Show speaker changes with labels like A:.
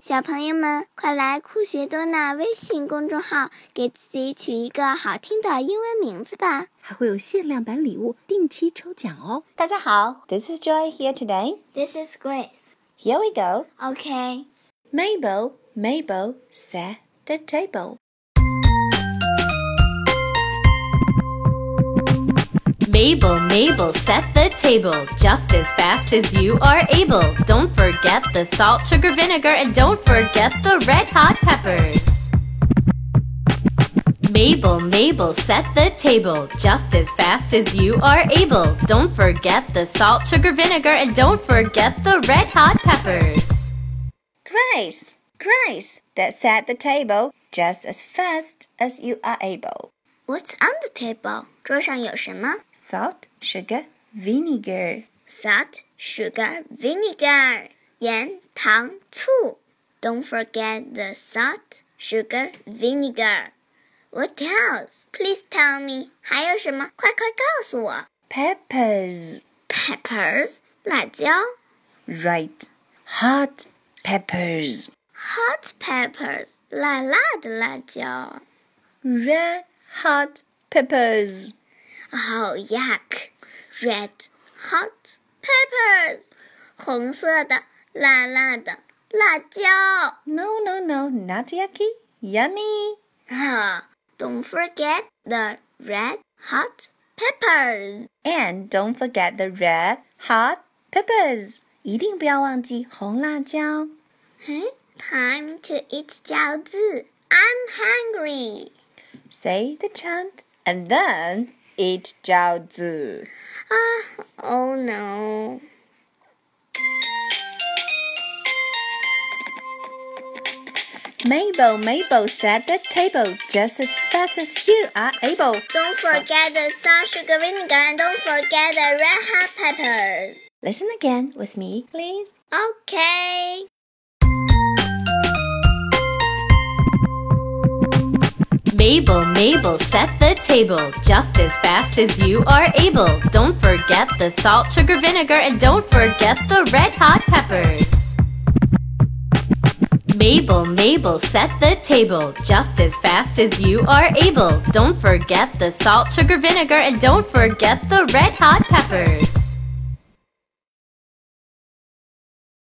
A: 小朋友们，快来酷学多纳微信公众号给自己取一个好听的英文名字吧！
B: 还会有限量版礼物定期抽奖哦。
C: 大家好，This is Joy here today.
A: This is Grace.
C: Here we go.
A: Okay.
C: Mabel, Mabel, set the table.
D: Mabel, Mabel, set the table just as fast as you are able. Don't forget the salt, sugar, vinegar, and don't forget the red hot peppers. Mabel, Mabel, set the table just as fast as you are able. Don't forget the salt, sugar, vinegar, and don't forget the red hot peppers.
C: Grace, Grace, that set the table just as fast as you are able.
A: What's on the table? 桌上有什么
C: Salt, sugar, vinegar.
A: ？Salt, sugar, vinegar. 盐、糖、醋。Don't forget the salt, sugar, vinegar. What else? Please tell me. 还有什么？快快告诉我。
C: Peppers,
A: Peppers, 辣椒。
C: right. Hot peppers.
A: Hot peppers, 辣辣的辣椒。
C: Red hot peppers.
A: Oh, yuck! Red, hot peppers，红色的，辣辣的辣椒。
C: No, no, no, not yucky. Yummy.
A: 哈 Don't forget the red hot peppers.
C: And don't forget the red hot peppers. 一定不要忘记红辣椒。
A: 嗯 Hmm? Time to eat 饺子。I'm hungry.
C: Say the chant and then eat 饺子。
A: Oh no.
C: Mabel, Mabel set the table just as fast as you are able.
A: Don't forget the salt, sugar, vinegar, and don't forget the red hot peppers.
C: Listen again with me, please.
A: Okay.
D: Mabel, Mabel, set the table just as fast as you are able. Don't forget the salt, sugar, vinegar, and don't forget the red hot peppers. Mabel, Mabel, set the table just as fast as you are able. Don't forget the salt, sugar, vinegar, and don't forget the red hot peppers.